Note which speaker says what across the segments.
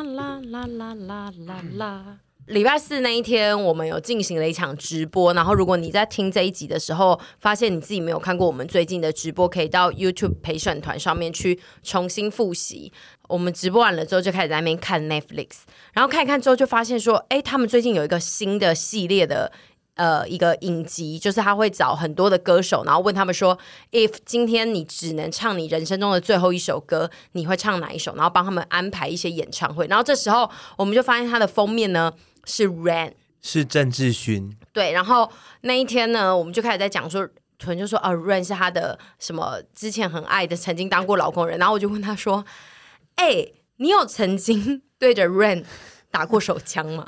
Speaker 1: 啦啦啦啦啦。礼拜四那一天，我们有进行了一场直播。然后，如果你在听这一集的时候，发现你自己没有看过我们最近的直播，可以到 YouTube 陪审团上面去重新复习。我们直播完了之后，就开始在那边看 Netflix，然后看一看之后，就发现说，哎，他们最近有一个新的系列的呃一个影集，就是他会找很多的歌手，然后问他们说，if 今天你只能唱你人生中的最后一首歌，你会唱哪一首？然后帮他们安排一些演唱会。然后这时候我们就发现它的封面呢是 Rain，
Speaker 2: 是郑智薰，
Speaker 1: 对，然后那一天呢，我们就开始在讲说。屯就说啊，Rain 是他的什么之前很爱的，曾经当过老公人。然后我就问他说：“哎、你有曾经 对着 Rain 打过手枪吗？”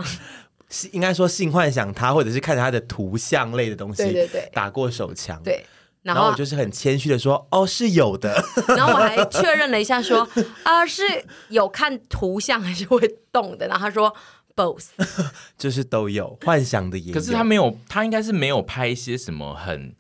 Speaker 2: 是应该说性幻想他，或者是看着他的图像类的东西，
Speaker 1: 对对对
Speaker 2: 打过手枪，。
Speaker 1: 对，然
Speaker 2: 然后
Speaker 1: 后
Speaker 2: 我就是很谦虚的说，哦，是有的，
Speaker 1: 然后我还确认了一下说，啊是有看图像还是会动的。然后他说 both，
Speaker 2: 就是都有，幻想的也有。
Speaker 3: 可是他没有，他应该是没有拍一些什么很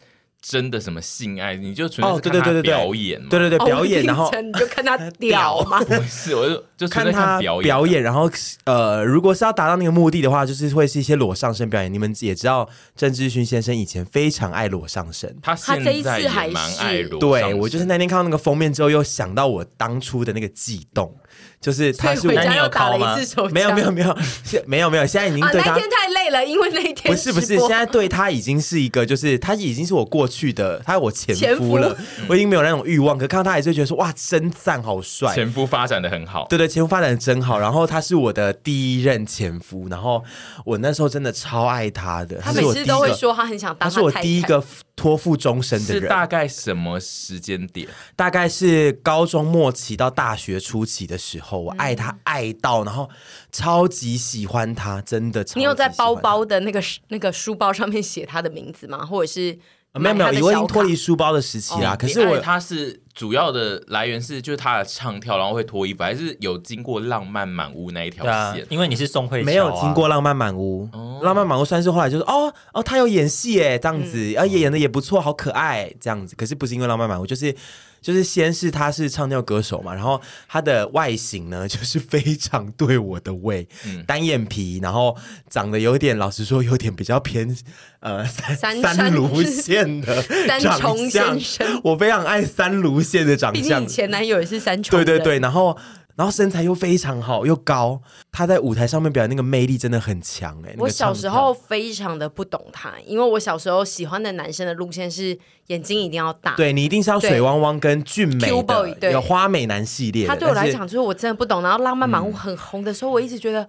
Speaker 3: 真的什么性爱，你就纯
Speaker 2: 哦，
Speaker 3: 粹
Speaker 2: 对对
Speaker 3: 是
Speaker 2: 对
Speaker 3: 看他
Speaker 2: 对对，
Speaker 3: 表演嘛，
Speaker 2: 对对对
Speaker 1: 哦
Speaker 2: 表 演，然后
Speaker 1: 你就看他屌嘛。
Speaker 3: 不是，我就就纯
Speaker 2: 看
Speaker 3: 粹
Speaker 2: 他
Speaker 3: 看
Speaker 2: 表
Speaker 3: 表
Speaker 2: 演，
Speaker 3: 演，啊
Speaker 2: 然后呃，如果是要达到那个目的的话，就是会是一些裸上身表演。你们也知道，郑智薰先生以前非常爱裸上身。
Speaker 3: 他
Speaker 1: 他这一次
Speaker 3: 现在也
Speaker 1: 还
Speaker 3: 蛮
Speaker 1: 是
Speaker 3: 爱裸上
Speaker 2: 对
Speaker 3: 身
Speaker 2: 我就是那天看到那个封面之后，又想到我当初的那个悸动，就是他是
Speaker 1: 所以
Speaker 2: 我
Speaker 1: 回家
Speaker 3: 那你
Speaker 1: 又
Speaker 3: 有
Speaker 1: 打了
Speaker 3: 敲吗
Speaker 1: 一次手枪，
Speaker 2: 没有没有没有是没有没有，现在已经
Speaker 1: 啊，
Speaker 2: 对
Speaker 1: 那
Speaker 2: 他
Speaker 1: 一天太累了，因为那一天
Speaker 2: 不是不是，
Speaker 1: 直播
Speaker 2: 现在对他已经是一个，就是他已经是我过去的，他是我前夫了，我已经没有那种欲望，可看到他还是会觉得说哇，真赞，好帅。
Speaker 3: 前夫发展的很好，
Speaker 2: 对对，前夫发展的真好，然后他是我的第一任前夫，然后我那时候真的超爱他的，
Speaker 1: 他
Speaker 2: 是
Speaker 1: 每
Speaker 2: 我第
Speaker 1: 次
Speaker 2: 一
Speaker 1: 都会
Speaker 2: 个，
Speaker 1: 说他很想
Speaker 2: 他
Speaker 1: 当
Speaker 2: 是我
Speaker 1: 太
Speaker 2: 第一
Speaker 1: 太
Speaker 2: 个托付终身的
Speaker 3: 是
Speaker 2: 人，
Speaker 3: 大概什么时间点？
Speaker 2: 大概是高中末期到大学初期的时候，我
Speaker 1: 嗯
Speaker 2: 爱他爱到，然后超级喜欢他，真的超级喜欢他。
Speaker 1: 你有在包包的那个那个书包上面写他的名字吗？或者是
Speaker 2: 啊？没有没有，
Speaker 1: 买他的
Speaker 2: 我已
Speaker 1: 小卡哦
Speaker 2: 经脱离书包的时期啦。
Speaker 3: 你
Speaker 2: 可
Speaker 3: 你
Speaker 2: 是
Speaker 3: 爱
Speaker 2: 我
Speaker 3: 他是主要的来源是就是他的唱跳，然后会脱衣服，还是有经过浪漫满屋那一条
Speaker 4: 对啊
Speaker 3: 线，？
Speaker 4: 因为你是宋慧乔啊
Speaker 2: 没有经过《浪漫满屋》浪漫满屋》算是后来就是哦哦，他有演戏
Speaker 1: 嗯
Speaker 2: 耶，这样子，而且演的也不错，好可爱这样子。可是不是因为《浪漫满屋》，就是就是先是他是唱跳歌手嘛，然后他的外形呢 就是非常对我的胃，单眼皮，然后长得有点，老实说有点比较偏呃三
Speaker 1: 三
Speaker 2: 三卢县的
Speaker 1: 三
Speaker 2: 长
Speaker 1: 重
Speaker 2: 相
Speaker 1: 先生，
Speaker 2: 我非常爱三卢县的长
Speaker 1: 毕竟
Speaker 2: 相
Speaker 1: 你。前男友也是三重
Speaker 2: 对
Speaker 1: 人，
Speaker 2: 对对，然后然后身材又非常好，又高，他在舞台上面表演那个魅力真的很强哎、那个
Speaker 1: 我小
Speaker 2: 唱
Speaker 1: 时
Speaker 2: 跳
Speaker 1: 候非常的不懂他，因为我小时候喜欢的男生的路线是眼睛一定要大。，
Speaker 2: 对你一定是要
Speaker 1: 对
Speaker 2: 水汪汪跟俊美
Speaker 1: Q
Speaker 2: 的
Speaker 1: boy，，对
Speaker 2: 有花美男系列的。
Speaker 1: 他对我
Speaker 2: 但
Speaker 1: 来
Speaker 2: 是嗯
Speaker 1: 讲就是我真的不懂。然后《浪漫满屋》很红的时候，我一直觉得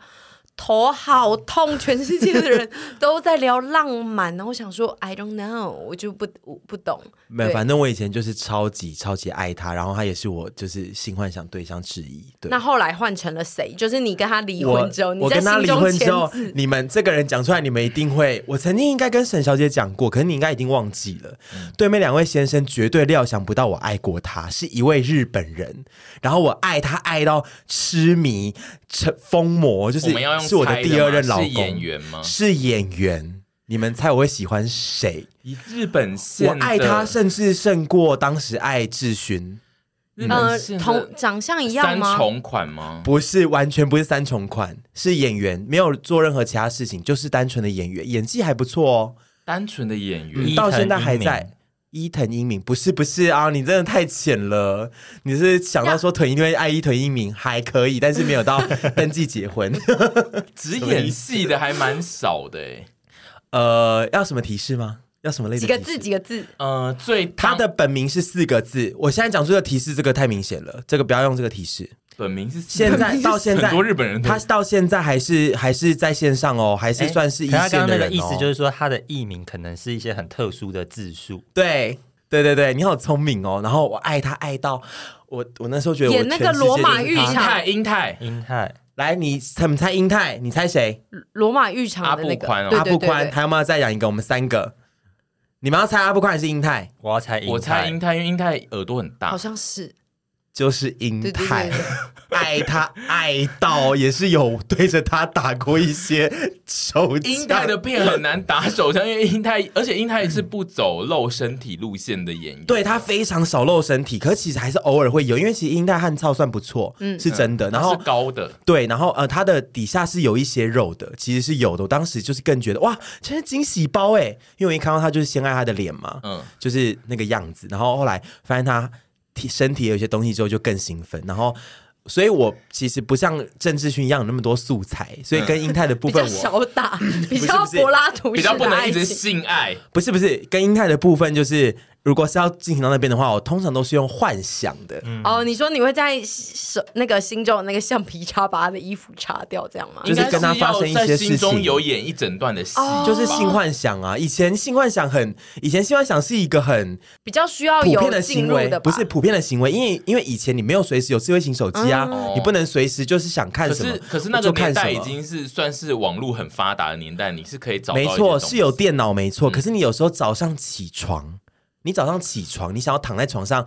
Speaker 1: 头好痛，全世界的人都在聊浪漫，然后我想说 I don't know，我就不我不懂。
Speaker 2: 没有，
Speaker 1: 对
Speaker 2: 反正我以前就是超级超级爱他，然后他也是我就是性幻想对象之一。对，
Speaker 1: 那后来换成了谁？就是你跟他离
Speaker 2: 我
Speaker 1: 婚之后，你
Speaker 2: 我
Speaker 1: 在
Speaker 2: 跟他
Speaker 1: 心
Speaker 2: 离
Speaker 1: 中
Speaker 2: 婚之
Speaker 1: 签
Speaker 2: 后
Speaker 1: 字，。
Speaker 2: 你们这个人讲出来，你们一定会。我曾经应该跟沈小姐讲过，可是你应该已经忘记了。对面两位先生绝对料想不到我爱过他，是一位日本人。然后我爱他爱到痴迷、成疯魔，就是
Speaker 3: 我们要用
Speaker 2: 是我的
Speaker 3: 猜
Speaker 2: 第二
Speaker 3: 吗
Speaker 2: 任老公，
Speaker 3: 是演员吗？
Speaker 2: 是演员。你们猜我会喜欢谁？
Speaker 3: 以日本线
Speaker 2: 我
Speaker 3: 的，
Speaker 2: 爱他，甚至胜过当时爱智勋，
Speaker 3: 日
Speaker 1: 呃
Speaker 3: 本线，的
Speaker 1: 同长相一样
Speaker 3: 三
Speaker 1: 吗？
Speaker 3: 重款吗？
Speaker 2: 不是完全不是三重款，是演员，没有做任何其他事情，就是单纯的演员，演技还不错哦。
Speaker 3: 单纯的演员，
Speaker 2: 嗯
Speaker 4: 伊
Speaker 2: 到
Speaker 4: 藤
Speaker 2: 现在
Speaker 4: 英
Speaker 2: 还
Speaker 4: 明
Speaker 2: 在。伊藤英明不是不是啊，你真的太浅了。你是想到说屯一定会爱伊藤英明还可以，但是没有到登记结 婚。
Speaker 3: 只演戏的还蛮少的欸诶。
Speaker 2: 呃，要什么提示吗？要什么类的
Speaker 1: 几个
Speaker 2: 提
Speaker 1: 字？
Speaker 2: 示？
Speaker 1: 几个字？
Speaker 3: 呃，最
Speaker 2: 他的本名是四个字，我现在讲出的提示这个太明显了，这个不要用这个提示。
Speaker 3: 本名是
Speaker 2: 现在到现在
Speaker 3: 很多日
Speaker 4: 嗯
Speaker 3: 本人都
Speaker 2: 他到现在还是还是在线上哦，还是
Speaker 4: 哎
Speaker 2: 算是一
Speaker 4: 可他刚
Speaker 2: 线
Speaker 4: 刚
Speaker 2: 的
Speaker 4: 那
Speaker 2: 人哦。
Speaker 4: 个意思就是说，他的艺名可能是一些很特殊的字数。
Speaker 2: 对对对对，你好聪明哦。然后我爱他爱到我，我那时候觉得我
Speaker 1: 演那
Speaker 2: 全
Speaker 1: 个
Speaker 2: 世
Speaker 1: 罗
Speaker 2: 界
Speaker 1: 马
Speaker 2: 就是
Speaker 1: 浴
Speaker 2: 他
Speaker 3: 英泰英泰
Speaker 4: 英泰
Speaker 2: 来，你他们猜英泰，你猜谁？
Speaker 1: 罗马浴场
Speaker 3: 阿
Speaker 1: 的
Speaker 3: 布
Speaker 1: 那个，
Speaker 3: 宽哦
Speaker 1: 对
Speaker 2: 阿
Speaker 1: 对
Speaker 2: 布
Speaker 1: 对
Speaker 2: 宽，
Speaker 1: 对，
Speaker 2: 还有没有再讲一个？我们三个，你们要猜阿布宽还是英泰？
Speaker 4: 我要猜英泰，
Speaker 3: 我猜英泰，因为英泰耳朵很大
Speaker 1: 好，像是。
Speaker 2: 就是英
Speaker 1: 对对
Speaker 2: 泰
Speaker 1: 对，
Speaker 2: 爱他爱到也是有对着他打过一些手枪
Speaker 3: 英泰的片很难打手枪，因为英泰，而且英泰是不走露身体路线的演员。
Speaker 2: 对他非常少露身体，可是其实还是偶尔会有，因为其实英泰汉操算不错，嗯，是真的。然后
Speaker 3: 他是高的，
Speaker 2: 对，然后呃，它的底下是有一些肉的，其实是有的。我当时就是更觉得哇，真是惊喜包哎，因为我一看到他就是先爱他的脸嘛，
Speaker 3: 嗯，
Speaker 2: 就是那个样子。然后后来发现他体身体有一些东西之后，就更兴奋。然后，所以我其实不像郑智勋一样有那么多素材，所以跟英泰的部
Speaker 1: 比
Speaker 2: 分
Speaker 1: 较少
Speaker 2: 我
Speaker 1: 打，比
Speaker 2: 是
Speaker 1: 较
Speaker 2: 不是
Speaker 1: 柏拉图
Speaker 3: 比
Speaker 1: 式
Speaker 3: 较不
Speaker 1: 的
Speaker 3: 能
Speaker 1: 爱
Speaker 3: 一直
Speaker 1: 情。
Speaker 3: 性爱。
Speaker 2: 不是不是跟英泰的部分就是。如果是要进行到那边的话，我通常都是用幻想的，
Speaker 1: 哦，你说你会在手那个心中有那个橡皮擦把他的衣服擦掉，这样吗？
Speaker 2: 就是跟他发生一些事情哦
Speaker 3: 应该是要在心中有演一整段的戏，
Speaker 2: 就是
Speaker 1: 哦
Speaker 2: 性幻想啊。以前性幻想很，以前性幻想是一个很
Speaker 1: 比较需要
Speaker 2: 普遍
Speaker 1: 有
Speaker 2: 的
Speaker 1: 进
Speaker 2: 行
Speaker 1: 入
Speaker 2: 为，
Speaker 1: 的吧？
Speaker 2: 不是普遍的行为，因为因为以前你没有随时有智慧型手机啊，
Speaker 1: 嗯
Speaker 2: 你不能随时就是想看
Speaker 3: 可
Speaker 2: 什么
Speaker 3: 是可是那个
Speaker 2: 就看
Speaker 3: 年
Speaker 2: 什
Speaker 3: 代
Speaker 2: 么
Speaker 3: 已经是算是网络很发达的年代，你是可以找到
Speaker 2: 没
Speaker 3: 一些
Speaker 2: 错
Speaker 3: 东西嗯
Speaker 2: 是有电脑没错，可是你有时候早上起床，你早上起床，你想要躺在床上，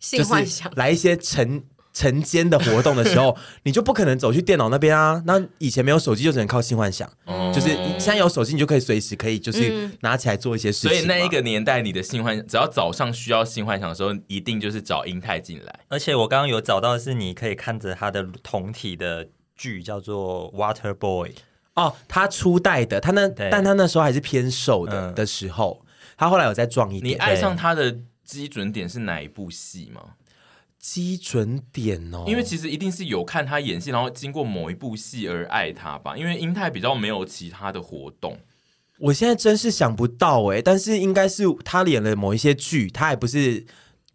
Speaker 2: 就
Speaker 1: 性幻
Speaker 2: 是
Speaker 1: 想。
Speaker 2: 来一些晨晨间的活动 的时候，你就不可能走去电脑那边啊。那以前没有手机，就只能靠性幻想。
Speaker 3: 哦
Speaker 2: 就是你现在有手机，你就可以随时可以
Speaker 1: 嗯
Speaker 2: 就是拿起来做一些事情
Speaker 3: 所
Speaker 2: 嘛。
Speaker 3: 以那一个年代，你的性幻想，只要早上需要性幻想的时候，一定就是找英泰进来。
Speaker 4: 而且我刚刚有找到的是，你可以看着他的同体的剧叫做《Water Boy》，
Speaker 2: 哦，他初代的，他那
Speaker 4: 对
Speaker 2: 但他那时候还是偏瘦的、
Speaker 4: 嗯
Speaker 2: 的时候，他后来有再壮一点。
Speaker 3: 你爱上他的基准点是哪一部戏吗？
Speaker 2: 基准点哦，
Speaker 3: 因为其实一定是有看他演戏，然后经过某一部戏而爱他吧。因为英泰比较没有其他的活动，
Speaker 2: 我现在真是想不到哎、但是应该是他演了某一些剧，他还不是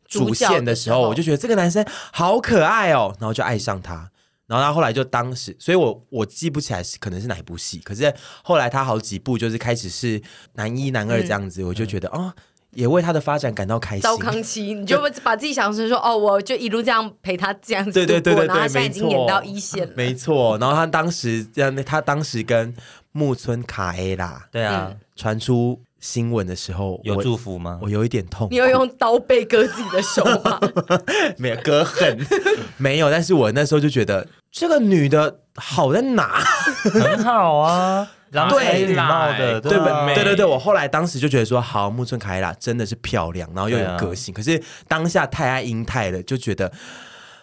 Speaker 2: 主线的时候，
Speaker 1: 主角的时候
Speaker 2: 我就觉得这个男生好可爱哦，然后就爱上他。然后他后来就当时，所以我我记不起来是可能是哪一部戏，可是后来他好几部就是开始是男一男二这样子，我就觉得哦，也为他的发展感到开心。
Speaker 1: 糟糠妻，你就会把自己想成说，哦，我就一路这样陪他这样子
Speaker 2: 对对
Speaker 1: 度过
Speaker 2: 对对对
Speaker 1: 然后他现在
Speaker 2: 没
Speaker 1: 已经演到
Speaker 2: 错
Speaker 1: 一线了。
Speaker 2: 没错，然后他当时这样，他当时跟木村卡埃拉
Speaker 4: 对
Speaker 1: 嗯
Speaker 4: 啊，
Speaker 2: 传出新闻的时候，
Speaker 4: 有
Speaker 2: 我
Speaker 4: 祝福吗
Speaker 2: 我？ 有一点痛苦，
Speaker 1: 你有用刀背割自己的手 吗？
Speaker 2: 没有割痕， 没有。但是我那时候就觉得这个女的好在哪？
Speaker 4: 很好啊，郎才
Speaker 2: 对
Speaker 4: 女貌
Speaker 3: 啦
Speaker 4: 的，
Speaker 2: 对
Speaker 4: 吧
Speaker 2: 吧？？
Speaker 3: 美
Speaker 2: 对对对，我后来当时就觉得说，好，木村凯拉真的是漂亮，然后又
Speaker 4: 对
Speaker 2: 有
Speaker 4: 啊
Speaker 2: 个性。可是当下太爱英泰了，就觉得，唉，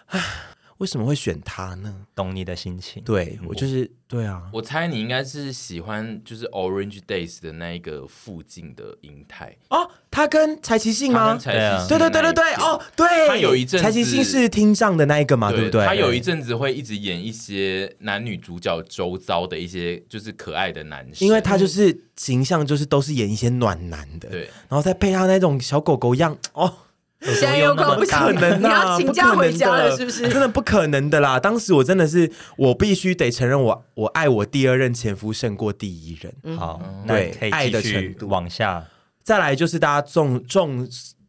Speaker 2: 为什么会选她呢？
Speaker 4: 懂你的心情。
Speaker 2: 对我就是对啊，
Speaker 3: 我猜你应该是喜欢就是 Orange Days 的那一个附近的英泰
Speaker 2: 哦，她跟柴崎幸
Speaker 3: 他
Speaker 2: 吗
Speaker 3: 跟？柴
Speaker 4: 对
Speaker 3: 崎
Speaker 4: 啊
Speaker 3: 幸
Speaker 2: 对对对
Speaker 3: 那
Speaker 2: 对
Speaker 3: 一部
Speaker 2: 对，哦，对，
Speaker 3: 他有一阵子
Speaker 2: 柴崎幸是听障的那一个嘛，对不对？
Speaker 3: 他有一阵子会一直演一些男女主角周遭的一些就是可爱的男生，
Speaker 2: 因为他就是形象就是都是演一些暖男的，
Speaker 3: 对，
Speaker 2: 然后再配他那种小狗狗样，哦，
Speaker 1: 现在又够不行
Speaker 2: 不可能
Speaker 1: 了，你要
Speaker 2: 啊，
Speaker 1: 请
Speaker 2: 不
Speaker 1: 假
Speaker 2: 可
Speaker 1: 回
Speaker 2: 能
Speaker 1: 家了，
Speaker 2: 的，
Speaker 1: 是不是？
Speaker 2: 真的不可能的啦！当时我真的是，我必须得承认我，我爱我第二任前夫胜过第一任。
Speaker 3: 嗯
Speaker 4: 好，那
Speaker 2: 嗯对
Speaker 4: 你可
Speaker 2: 爱
Speaker 4: 以
Speaker 2: 的
Speaker 4: 继
Speaker 2: 程
Speaker 4: 续
Speaker 2: 度
Speaker 4: 往下，
Speaker 2: 再来就是大家众众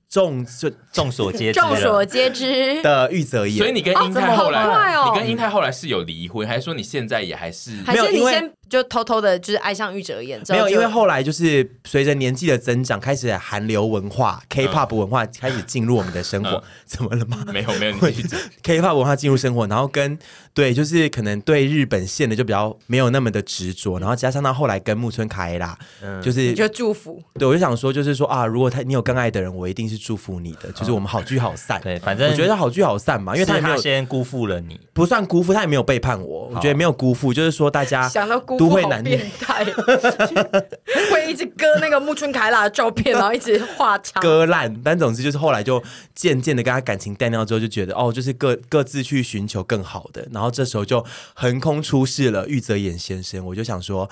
Speaker 2: 众
Speaker 4: 众所皆知
Speaker 2: 啊
Speaker 4: 了。
Speaker 1: 众所皆知，
Speaker 2: 的玉泽演，
Speaker 3: 所以你跟
Speaker 1: 哦
Speaker 3: 英
Speaker 1: 怎么
Speaker 3: 泰后来，
Speaker 1: 好快哦
Speaker 3: 你跟英泰后来是有离婚，还是说你现在也还是？
Speaker 1: 还是
Speaker 2: 没有
Speaker 1: 你
Speaker 2: 因为
Speaker 1: 先就偷偷的，就是爱上玉哲演，之
Speaker 2: 没
Speaker 1: 后
Speaker 2: 有，
Speaker 1: 就
Speaker 2: 因为后来就是随着年纪的增长，开始韩流文化、K-pop 文化开始进入我们的生活，
Speaker 3: 嗯
Speaker 2: 怎么了吗？
Speaker 3: 没有没有，你继续讲。
Speaker 2: K-pop 文化进入生活，然后跟对，就是可能对日本线的就比较没有那么的执着，然后加上他后来跟木村卡耶拉，就是
Speaker 1: 你就祝福，
Speaker 2: 对我就想说，就是说啊，如果他你有更爱的人，我一定是祝福你的，就是我们好聚好散。
Speaker 4: 对反正
Speaker 2: 我觉得好聚好散嘛，因为他
Speaker 4: 是
Speaker 2: 也没
Speaker 4: 他
Speaker 2: 有
Speaker 4: 先辜负了你，
Speaker 2: 不算辜负，他也没有背叛我，我觉得没有辜负，就是说大家
Speaker 1: 想到姑
Speaker 2: 啊都
Speaker 1: 父
Speaker 2: 会
Speaker 1: 好
Speaker 2: 难
Speaker 1: 变
Speaker 2: 免。
Speaker 1: 态， 会一直割那个木村凯拉的照片，然后一直画叉。
Speaker 2: 割烂，但总之就是后来就渐渐的跟他感情淡掉之后，就觉得哦，就是各各自去寻求更好的，然后这时候就横空出世了玉泽演先生，我就想说，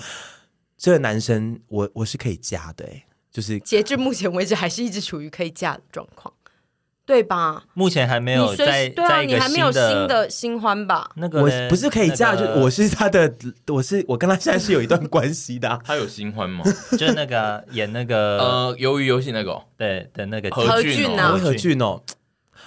Speaker 2: 这个男生我我是可以嫁的、欸，就是
Speaker 1: 截至目前为止，还是一直处于可以嫁的状况，对吧？
Speaker 4: 目前还没
Speaker 1: 你
Speaker 4: 有
Speaker 1: 随
Speaker 4: 在
Speaker 1: 对啊，
Speaker 4: 在一
Speaker 1: 你
Speaker 4: 个
Speaker 1: 还没有新
Speaker 4: 的
Speaker 1: 的新欢吧？
Speaker 4: 那个
Speaker 2: 我
Speaker 4: 嘞
Speaker 2: 不是可以嫁，
Speaker 4: 那个
Speaker 2: 就我是他的，我是我跟他现在是有一段关系的啊、
Speaker 3: 他有新欢 吗？
Speaker 4: 就是那个啊演那个
Speaker 3: 呃，鱿鱼游戏那个哦
Speaker 4: 对的那个
Speaker 3: 何
Speaker 1: 何
Speaker 3: 俊
Speaker 1: 俊
Speaker 3: 哦
Speaker 1: 啊
Speaker 2: 我会何俊哦。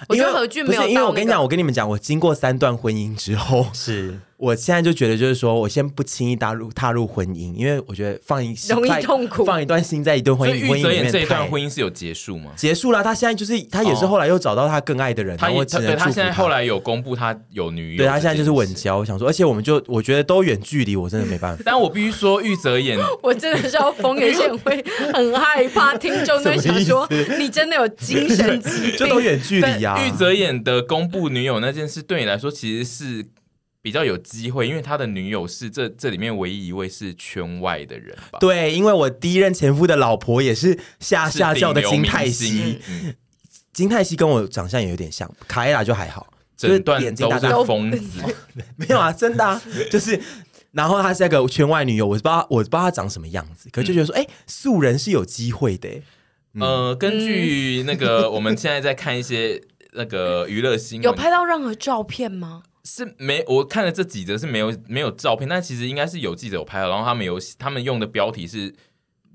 Speaker 1: 我觉得
Speaker 2: 因为
Speaker 1: 何俊没有
Speaker 2: 不是因为
Speaker 1: 到
Speaker 2: 我
Speaker 1: 那
Speaker 2: 跟你
Speaker 1: 个
Speaker 2: 讲，我跟你们讲，我经过三段婚姻之后，
Speaker 4: 是
Speaker 2: 我现在就觉得，就是说我先不轻易踏入踏入婚姻，因为我觉得放一
Speaker 1: 容易
Speaker 2: 在
Speaker 1: 痛苦
Speaker 2: 放一段心在一段婚
Speaker 3: 所以
Speaker 2: 姻婚姻
Speaker 3: 玉泽
Speaker 2: 里
Speaker 3: 演
Speaker 2: 面
Speaker 3: 这一段
Speaker 2: 太
Speaker 3: 婚姻是有结束吗？
Speaker 2: 结束了。他现在就是他也是
Speaker 3: 哦
Speaker 2: 后来又找到他更爱的人，
Speaker 3: 他
Speaker 2: 然后
Speaker 3: 也
Speaker 2: 我只
Speaker 3: 他
Speaker 2: 能
Speaker 3: 对
Speaker 2: 祝
Speaker 3: 哦他
Speaker 2: 福
Speaker 3: 现在后来有公布他有女友，
Speaker 2: 对他现在就是稳
Speaker 3: 交。
Speaker 2: 交。我想说，而且我们就我觉得都远距离，我真的没 办法。
Speaker 3: 但我必须说，玉泽演
Speaker 1: 我真的是要疯，有些人会很害怕，听众都会想 说你真的有精神疾
Speaker 2: 就都
Speaker 1: 病。
Speaker 2: 远 距
Speaker 3: 但
Speaker 2: 离啊，
Speaker 3: 玉泽演的公布女友那件事，对你来说其实是比较有机会，因为他的女友是这这里面唯一一位是圈外的人吧？，
Speaker 2: 对，因为我第一任前夫的老婆也是下
Speaker 3: 是
Speaker 2: 下教的
Speaker 3: 顶流
Speaker 2: 金
Speaker 3: 明
Speaker 2: 泰熙
Speaker 3: 星，，嗯
Speaker 2: 金泰熙跟我长相也有点像，卡耶拉就还好，就是
Speaker 3: 整段
Speaker 2: 眼睛
Speaker 3: 都
Speaker 2: 大大
Speaker 3: 是疯子，
Speaker 2: 没有啊，真 的啊，就是。然后她是那个圈外女友，我是不知道，我不知道她长什么样子，可是就觉得
Speaker 3: 嗯
Speaker 2: 说，哎、素人是有机会的、嗯
Speaker 3: 呃，根据那个我们现在在看一些那 个娱乐新闻，
Speaker 1: 有拍到任何照片吗？
Speaker 3: 是没我看了这几则是没有没有照片，但其实应该是有记者有拍到，然后他们有他们用的标题是。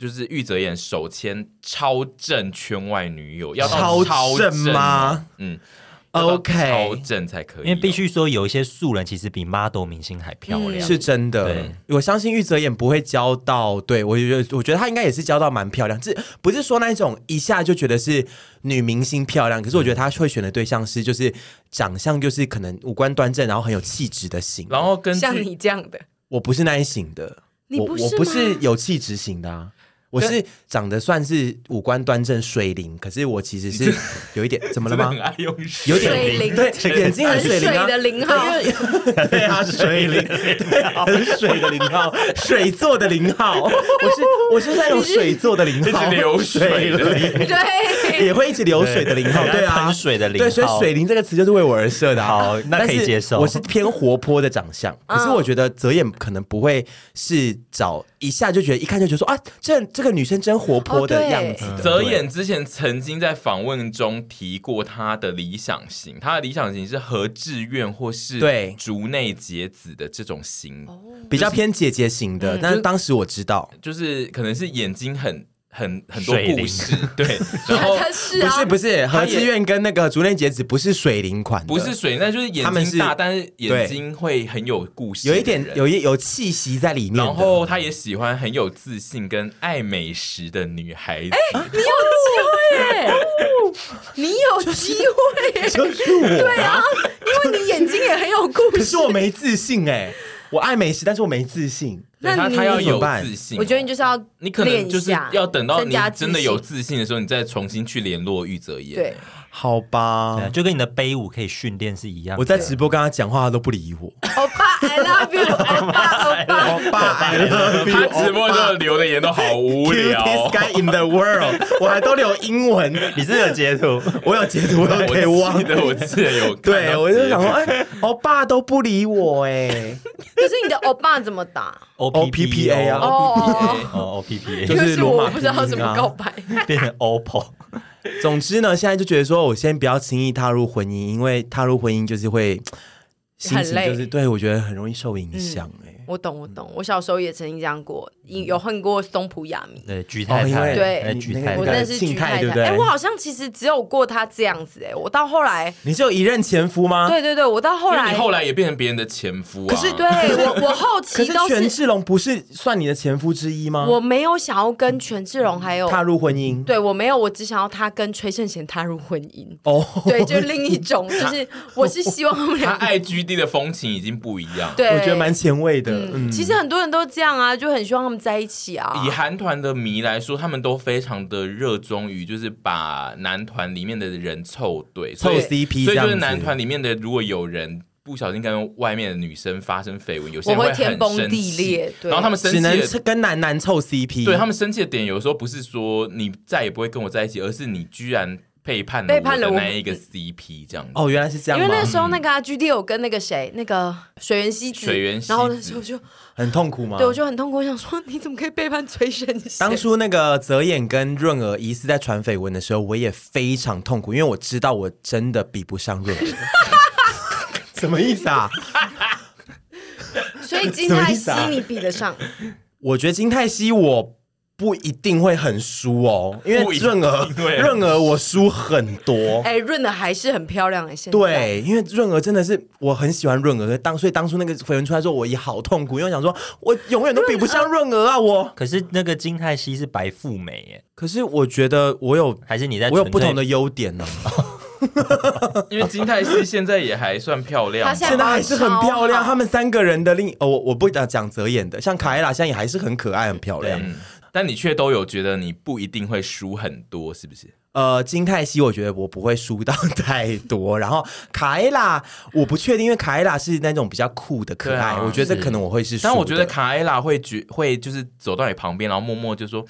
Speaker 3: 就是玉泽演手牵超正圈外女友，要到
Speaker 2: 超正
Speaker 3: 正
Speaker 2: 吗？
Speaker 3: 嗯
Speaker 2: OK
Speaker 3: 要到超正才可以哦，
Speaker 4: 因为必须说有一些素人其实比 model 明星还漂亮。
Speaker 2: 是真的
Speaker 4: 对。
Speaker 2: 我相信玉泽演不会交到，对我觉得，我觉得她应该也是交到蛮漂亮，这不是说那一种一下就觉得是女明星漂亮，可是我觉得她会选的对象是就是长相就是可能五官端正，然后很有气质的型。
Speaker 3: 然后根
Speaker 1: 像
Speaker 3: 据
Speaker 1: 你这样 的，
Speaker 2: 我不是那一型的，
Speaker 1: 你
Speaker 2: 我
Speaker 1: 不是
Speaker 2: 我不是
Speaker 1: 吗
Speaker 2: 有气质型的啊。我是长得算是五官端正水灵，可是我其实是有一 点怎么了
Speaker 3: 真
Speaker 2: 吗
Speaker 3: 的很？爱用水
Speaker 2: 有点
Speaker 1: 水灵
Speaker 2: 对，眼睛很
Speaker 1: 很
Speaker 2: 水灵啊
Speaker 1: 水，的零号，
Speaker 2: 对啊，水灵，对啊， 水的零号，水做的零号，我是我是那种水做的零号，
Speaker 3: 一直流水的
Speaker 2: 灵，
Speaker 1: 对，
Speaker 2: 也会一直流水的零号，对啊，
Speaker 4: 喷水的零
Speaker 2: 对，所以
Speaker 4: 号
Speaker 2: 水灵这个词就是为我而设的啊。
Speaker 4: 好那
Speaker 2: 但
Speaker 4: 可以
Speaker 2: 是
Speaker 4: 接受
Speaker 2: 我是偏活泼的长相，
Speaker 1: 嗯
Speaker 2: 可是我觉得泽眼可能不会是找一下就觉得一看就觉得说啊，这这个女生真活泼
Speaker 1: 哦
Speaker 2: 的
Speaker 1: 对
Speaker 2: 样子
Speaker 4: 嗯
Speaker 2: 的。
Speaker 3: 泽演之前曾经在访问中提过他的理想型，他的理想型是和志愿或是
Speaker 2: 对
Speaker 3: 竹内结子的这种型，
Speaker 1: 哦
Speaker 2: 比较偏姐姐型的，
Speaker 1: 嗯
Speaker 2: 但是当时我知道。
Speaker 3: 就是可能是眼睛很很很多
Speaker 4: 水灵
Speaker 3: 故事， 对， 然后
Speaker 1: 他是
Speaker 2: 不
Speaker 1: 啊
Speaker 2: 是，不是，
Speaker 3: 她
Speaker 2: 何
Speaker 3: 也
Speaker 2: 志愿跟那个竹内结子不是水灵款的，
Speaker 3: 不是水灵，但就是眼
Speaker 2: 他们是
Speaker 3: 睛大，但是眼睛会很有故事，
Speaker 2: 有一点有。一有气息在里面的。
Speaker 3: 然后他也喜欢很有自信跟爱美食的女孩子，
Speaker 1: 哎你有机会耶，
Speaker 2: 就是我，对啊，
Speaker 1: 因为你眼睛也很有故
Speaker 2: 可
Speaker 1: 事
Speaker 2: 是。我没自信哎、我爱美食，但是我没自信。
Speaker 3: 对
Speaker 1: 那
Speaker 3: 他
Speaker 1: 你
Speaker 3: 他要
Speaker 2: 怎么
Speaker 3: 有
Speaker 2: 办
Speaker 3: 自信。哦
Speaker 1: 我觉得你就是要
Speaker 3: 你可
Speaker 1: 练
Speaker 3: 能
Speaker 1: 一
Speaker 3: 就是
Speaker 1: 下
Speaker 3: 要等到
Speaker 1: 增
Speaker 3: 你
Speaker 1: 加自
Speaker 3: 真的
Speaker 1: 信
Speaker 3: 有自信的时候，你再重新去联络玉泽演。
Speaker 1: 对，
Speaker 2: 好吧
Speaker 4: 对啊，就跟你的背舞可以训练是一样的。
Speaker 2: 我在直播跟他讲话，他都不理我。
Speaker 1: 欧巴，I love you，欧巴，欧巴。
Speaker 2: 我爸爱了
Speaker 3: 他直播的时候留的言都好无聊
Speaker 2: Cutest。guy in the world，我还都留英文，
Speaker 4: 你是有截 图，
Speaker 2: 我有截图，我有
Speaker 3: 我
Speaker 2: 给忘
Speaker 3: 记。得我记得有看到
Speaker 2: 对，我就想说，
Speaker 3: 截图
Speaker 2: 哎，我爸都不理我哎，
Speaker 1: 可是你的欧巴怎么打？
Speaker 4: O
Speaker 2: OPPA 啊
Speaker 1: 哦，
Speaker 4: 哦 O P P A
Speaker 2: 就
Speaker 1: 因
Speaker 2: 是
Speaker 1: 为是
Speaker 2: 罗马
Speaker 1: 我不知道
Speaker 2: 拼
Speaker 1: 怎
Speaker 2: 音啊
Speaker 1: 么告白。
Speaker 4: 变成 OPPO，
Speaker 2: 总之呢，现在就觉得说，我先不要轻易踏入婚姻，因为踏入婚姻就是会心情就
Speaker 1: 很累嗯
Speaker 2: 是对我觉得很容易受影响哎。
Speaker 1: 我懂，我懂。我小时候也曾经这样过，有恨过松浦亚弥。
Speaker 4: 对，菊太
Speaker 2: 哦因为
Speaker 4: 太，
Speaker 1: 对
Speaker 4: 哎菊太
Speaker 1: 我
Speaker 2: 那个
Speaker 1: 认
Speaker 4: 太，
Speaker 1: 识
Speaker 2: 庆
Speaker 1: 菊
Speaker 2: 太
Speaker 1: 太
Speaker 2: 对
Speaker 1: 太，
Speaker 2: 不对
Speaker 1: 哎、我好像其实只有过他这样子、哎，我到后来，
Speaker 2: 你只有一任前夫吗？
Speaker 1: 对对对，我到后
Speaker 3: 因为
Speaker 1: 来，
Speaker 3: 你后来也变成别人的前夫啊。
Speaker 2: 哎可是
Speaker 1: 对我我后
Speaker 2: 可
Speaker 1: 期
Speaker 2: 是
Speaker 1: 都
Speaker 2: 权
Speaker 1: 是
Speaker 2: 志龙不是算你的前夫之一吗？
Speaker 1: 我没有想要跟权志龙还有
Speaker 2: 啊踏入婚姻，
Speaker 1: 对我没有，我只想要他跟崔胜贤踏入婚 姻。
Speaker 2: 哦，
Speaker 1: 对，就另一种，就是我是希望他们
Speaker 3: 他
Speaker 1: 俩。
Speaker 3: 爱 G D 的风情已经不一样。
Speaker 1: 对，
Speaker 2: 我觉得蛮前卫的。嗯，
Speaker 1: 嗯，其实很多人都这样啊，就很希望他们在一起啊。
Speaker 3: 以韩团的迷来说，他们都非常的热衷于就是把男团里面的人凑对，
Speaker 2: 凑
Speaker 3: 所以
Speaker 2: CP
Speaker 3: 所
Speaker 2: 这
Speaker 3: 以
Speaker 2: 样
Speaker 3: 就
Speaker 2: 子
Speaker 3: 是男团里面的如果有人。不小心跟外面的女生发生绯闻，有些
Speaker 1: 我会
Speaker 3: 人很
Speaker 1: 天崩
Speaker 3: 生
Speaker 1: 地
Speaker 3: 气
Speaker 1: 裂对
Speaker 3: 然后他们生
Speaker 2: 只
Speaker 3: 气
Speaker 2: 能
Speaker 3: 的
Speaker 2: 跟男男凑 CP。
Speaker 3: 对他们生气的点，有时候不是说你再也不会跟我在一起，而是你居然背叛
Speaker 1: 背叛了
Speaker 3: 我的
Speaker 1: 我
Speaker 3: 那一个 CP 这样子。
Speaker 2: 哦，原来是这样
Speaker 1: 因
Speaker 2: 吗，
Speaker 1: 为那时候那个、啊、G D 有跟那个谁，那个水原希子，
Speaker 3: 水原希子
Speaker 1: 然后那时候就
Speaker 2: 很痛苦吗？
Speaker 1: 对我就很痛苦，我想说你怎么可以背叛崔胜贤？
Speaker 2: 当初那个泽演跟润儿疑似在传绯闻的时候，我也非常痛苦，因为我知道我真的比不上润儿。 什么意思啊？
Speaker 1: 所以金泰熙
Speaker 2: 什么意思啊
Speaker 1: 你比得上，
Speaker 2: 我觉得金泰熙我不一定会很输哦，因为润儿
Speaker 3: 不一定会
Speaker 2: 润儿我输很多。
Speaker 1: 哎，润的还是很漂亮哎，现在
Speaker 2: 对，因为润儿真的是我很喜欢润儿，当所以当初那个绯闻出来之后，我也好痛苦，因为我想说我永远都比不上润儿啊，我。
Speaker 4: 可是那个金泰熙是白富美耶，
Speaker 2: 可是我觉得我有
Speaker 4: 还是你在
Speaker 2: 我有
Speaker 4: 纯
Speaker 2: 不
Speaker 4: 粹
Speaker 2: 同的优点呢、
Speaker 3: 因为金泰熙现在也还算漂亮吧，
Speaker 1: 她现
Speaker 2: 现在还是很漂
Speaker 1: 超
Speaker 2: 亮。
Speaker 1: 好
Speaker 2: 他们三个人的另哦，我我不讲讲泽演的，像卡艾拉现在也还是很可爱、很漂亮。
Speaker 3: 嗯，但你却都有觉得你不一定会输很多，是不是？
Speaker 2: 呃，金泰熙我觉得我不会输到太多，然后卡艾拉我不确定，因为卡艾拉是那种比较酷的可
Speaker 3: 对
Speaker 2: 爱，
Speaker 3: 啊
Speaker 2: 我觉得可能我会是输的。
Speaker 3: 但我觉得卡艾拉会觉会就是走到你旁边，然后默默就说：“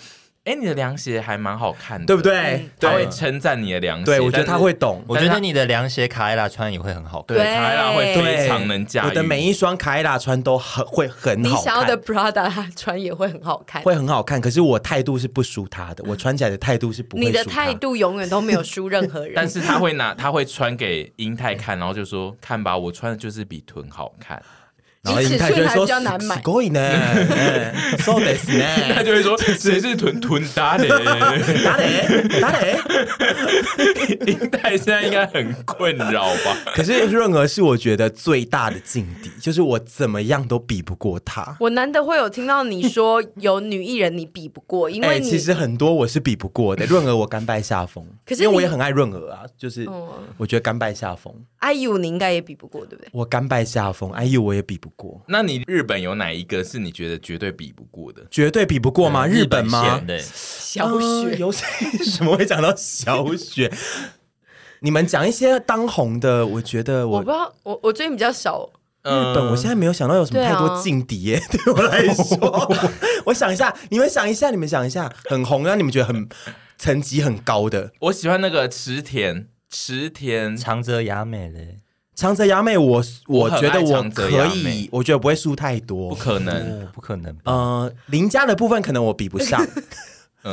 Speaker 3: 哎、你的凉鞋还蛮好看的，
Speaker 2: 对不对？
Speaker 1: 嗯
Speaker 3: 他
Speaker 2: 对
Speaker 3: 会称赞你的凉鞋，
Speaker 2: 对，我觉得他会懂。
Speaker 4: 我觉得你的凉鞋卡艾拉穿也会很好看。
Speaker 3: 但是对卡艾拉会
Speaker 1: 对
Speaker 3: 非常能驾驭。
Speaker 2: 我的每一双卡艾拉穿都很会很
Speaker 1: 你
Speaker 2: 好
Speaker 1: 想要的
Speaker 2: 看，
Speaker 1: Prada 她穿也会很好看，
Speaker 2: 会很好看。可是我态度是不输他的，我穿起来的态度是不会
Speaker 1: 你的
Speaker 2: 输
Speaker 1: 态
Speaker 2: 他。
Speaker 1: 度永远都没有输任 何人。
Speaker 3: 但是他会拿，他会穿给英泰看，然后就说：“看吧，我穿的就是比臀好看。
Speaker 2: 然后
Speaker 1: 你
Speaker 2: 英
Speaker 1: 尺
Speaker 2: 泰就
Speaker 1: 寸
Speaker 2: 会
Speaker 1: 还
Speaker 2: 说
Speaker 1: 比较 难买
Speaker 2: すごい呢，嗯そうです”
Speaker 3: 他
Speaker 2: ね。
Speaker 3: 就会说：“谁是臀臀搭的
Speaker 2: 打 嘞打嘞！？”
Speaker 3: 英泰现在应该很困扰吧？
Speaker 2: 可是润儿是我觉得最大的劲敌，就是我怎么样都比不过他。
Speaker 1: 我难得会有听到你说有女艺人你比不过，因
Speaker 2: 哎、
Speaker 1: 为你、
Speaker 2: 其实很多我是比不过的，润儿我甘拜下风。
Speaker 1: 可是
Speaker 2: 因为我
Speaker 1: 你
Speaker 2: 也很爱润儿啊，就是
Speaker 1: 嗯
Speaker 2: 我觉得甘拜下风，
Speaker 1: IU 哎你应该也比不过，对不对？
Speaker 2: 我甘拜下风。哎呦，我也比不过，
Speaker 3: 那你日本有哪一个是你觉得绝对比不过的？
Speaker 2: 绝对比不过吗？啊日本吗
Speaker 4: 线？对，
Speaker 1: 小
Speaker 2: 呃
Speaker 1: 雪、
Speaker 2: 有谁 什么会讲到小雪？ 你们讲一些当红的，我觉得
Speaker 1: 我
Speaker 2: 我
Speaker 1: 不知道，我我最近比较少，
Speaker 3: 呃
Speaker 2: 日本，我现在
Speaker 3: 嗯
Speaker 2: 没有想到有什么
Speaker 1: 对啊
Speaker 2: 太多劲敌耶， 对我来说， 我想一下，你们想一下，你们想一下，很红，啊让你们觉得很层级很高的
Speaker 3: 我喜欢那个池田，池田
Speaker 4: 长泽雅美嘞，
Speaker 2: 长泽雅美我，我
Speaker 3: 我很
Speaker 2: 觉得
Speaker 3: 爱
Speaker 2: 我
Speaker 3: 长泽
Speaker 2: 可
Speaker 3: 雅
Speaker 2: 以
Speaker 3: 美，
Speaker 2: 我觉得不会输太
Speaker 3: 不
Speaker 2: 多。
Speaker 3: 可 能，
Speaker 4: 哦，不可能吧？
Speaker 2: 呃，邻家的部分可能我比不 上，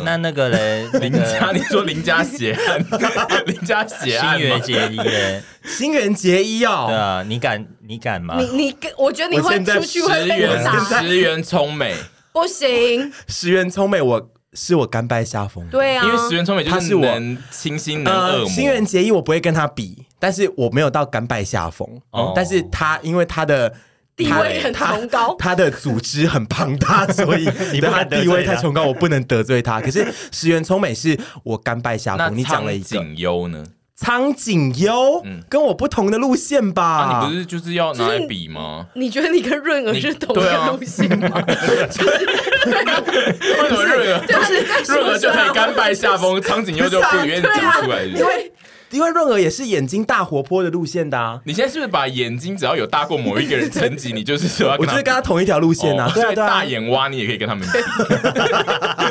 Speaker 4: 那那个嘞，
Speaker 3: 林
Speaker 4: 那
Speaker 3: 家，
Speaker 4: 个
Speaker 3: 你说林家血案， 林家血案
Speaker 4: 新
Speaker 3: 吗
Speaker 4: 垣？结衣嘞，
Speaker 2: 新垣结衣
Speaker 4: 对
Speaker 2: 哦，
Speaker 4: 啊，你敢你敢吗
Speaker 1: 你？你我觉得你
Speaker 2: 我
Speaker 1: 会
Speaker 2: 现在
Speaker 1: 出去会
Speaker 3: 石
Speaker 1: 被
Speaker 3: 原
Speaker 1: 打，
Speaker 3: 石原聪美，
Speaker 1: 不行，
Speaker 2: 石原聪美，我是我甘拜下风。
Speaker 1: 对啊，
Speaker 3: 因为石原聪美就
Speaker 2: 她是我
Speaker 3: 能清新能恶
Speaker 2: 呃，
Speaker 3: 魔，
Speaker 2: 新垣结衣我不会跟她比，但是我没有到甘拜下风。
Speaker 4: 哦
Speaker 2: 但是她因为她的
Speaker 1: 地位很
Speaker 2: 她
Speaker 1: 崇高
Speaker 2: 她的组织很庞大，所以 对
Speaker 4: 你不
Speaker 2: 她
Speaker 4: 敢得罪她
Speaker 2: 地位太崇高，我不能得罪她。可是石原聪美是啊我甘拜下
Speaker 3: 那
Speaker 2: 风。你讲了一个
Speaker 3: 苍井优呢？
Speaker 2: 苍井优，跟我不同的路线吧？
Speaker 3: 啊，你不是就是要拿来比 吗？
Speaker 1: 你觉得你跟润儿是同一
Speaker 3: 你对
Speaker 1: 个
Speaker 3: 啊
Speaker 1: 路线 吗？
Speaker 3: 为什么润儿
Speaker 1: 对啊，你在
Speaker 3: 润
Speaker 1: 说
Speaker 3: 儿就可以甘拜下风，苍 井优就
Speaker 2: 啊
Speaker 3: 不愿意讲出来？是
Speaker 1: 因
Speaker 3: 不是
Speaker 1: 为
Speaker 2: 因为润儿也是眼睛大活泼的路线的啊。
Speaker 3: 你现在是不是把眼睛只要有大过某一个人层级，你就是说要
Speaker 2: 我
Speaker 3: 跟
Speaker 2: 就
Speaker 3: 他
Speaker 2: 是跟她同一条路线啊，
Speaker 3: 哦
Speaker 2: 对
Speaker 3: 所
Speaker 2: 啊
Speaker 3: 以
Speaker 2: 对啊，
Speaker 3: 大眼蛙你也可以跟他们 比，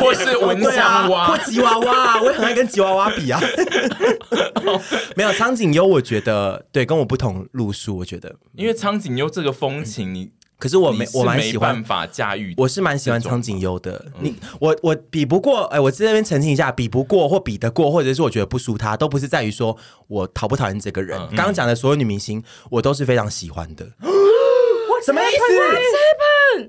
Speaker 3: 或是蚊香
Speaker 2: 对啊
Speaker 3: 蛙
Speaker 2: 或。吉娃娃、啊，我也很爱跟吉娃娃比 啊。没有苍井优，我觉得对，跟我不同路数，我觉得。
Speaker 3: 因为苍井优这个风情，你
Speaker 2: 可是我
Speaker 3: 你
Speaker 2: 没，
Speaker 3: 是
Speaker 2: 我蛮
Speaker 3: 没
Speaker 2: 喜
Speaker 3: 办
Speaker 2: 欢，
Speaker 3: 法驾驭。
Speaker 2: 我是蛮喜欢苍井优的。
Speaker 3: 啊
Speaker 2: 你，我我比不过，哎、我在这边澄清一下，比不过或比得过，或者是我觉得不输他，都不是在于说我讨不讨厌这个
Speaker 3: 嗯
Speaker 2: 人。刚刚讲的所有女明星，我都是非常喜欢 的。什么意思？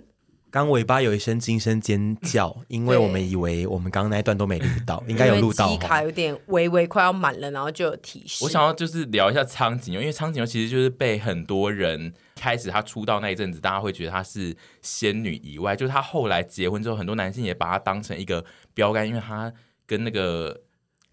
Speaker 2: 刚尾巴有一声惊声尖叫，因为
Speaker 1: 对
Speaker 2: 我们以为我们刚刚那一段都没录到，应
Speaker 3: 嗯
Speaker 1: 应
Speaker 2: 该有录到。哦
Speaker 1: 机
Speaker 2: 哈
Speaker 1: 卡有点微微快要满了，然后就有提示。
Speaker 3: 我想要就是聊一下苍井优，因为苍井优其实就是被很多人开始他出道那一阵子，大家会觉得她是仙女以外，就是她后来结婚之后，很多男性也把她当成一个标杆，因为她跟那个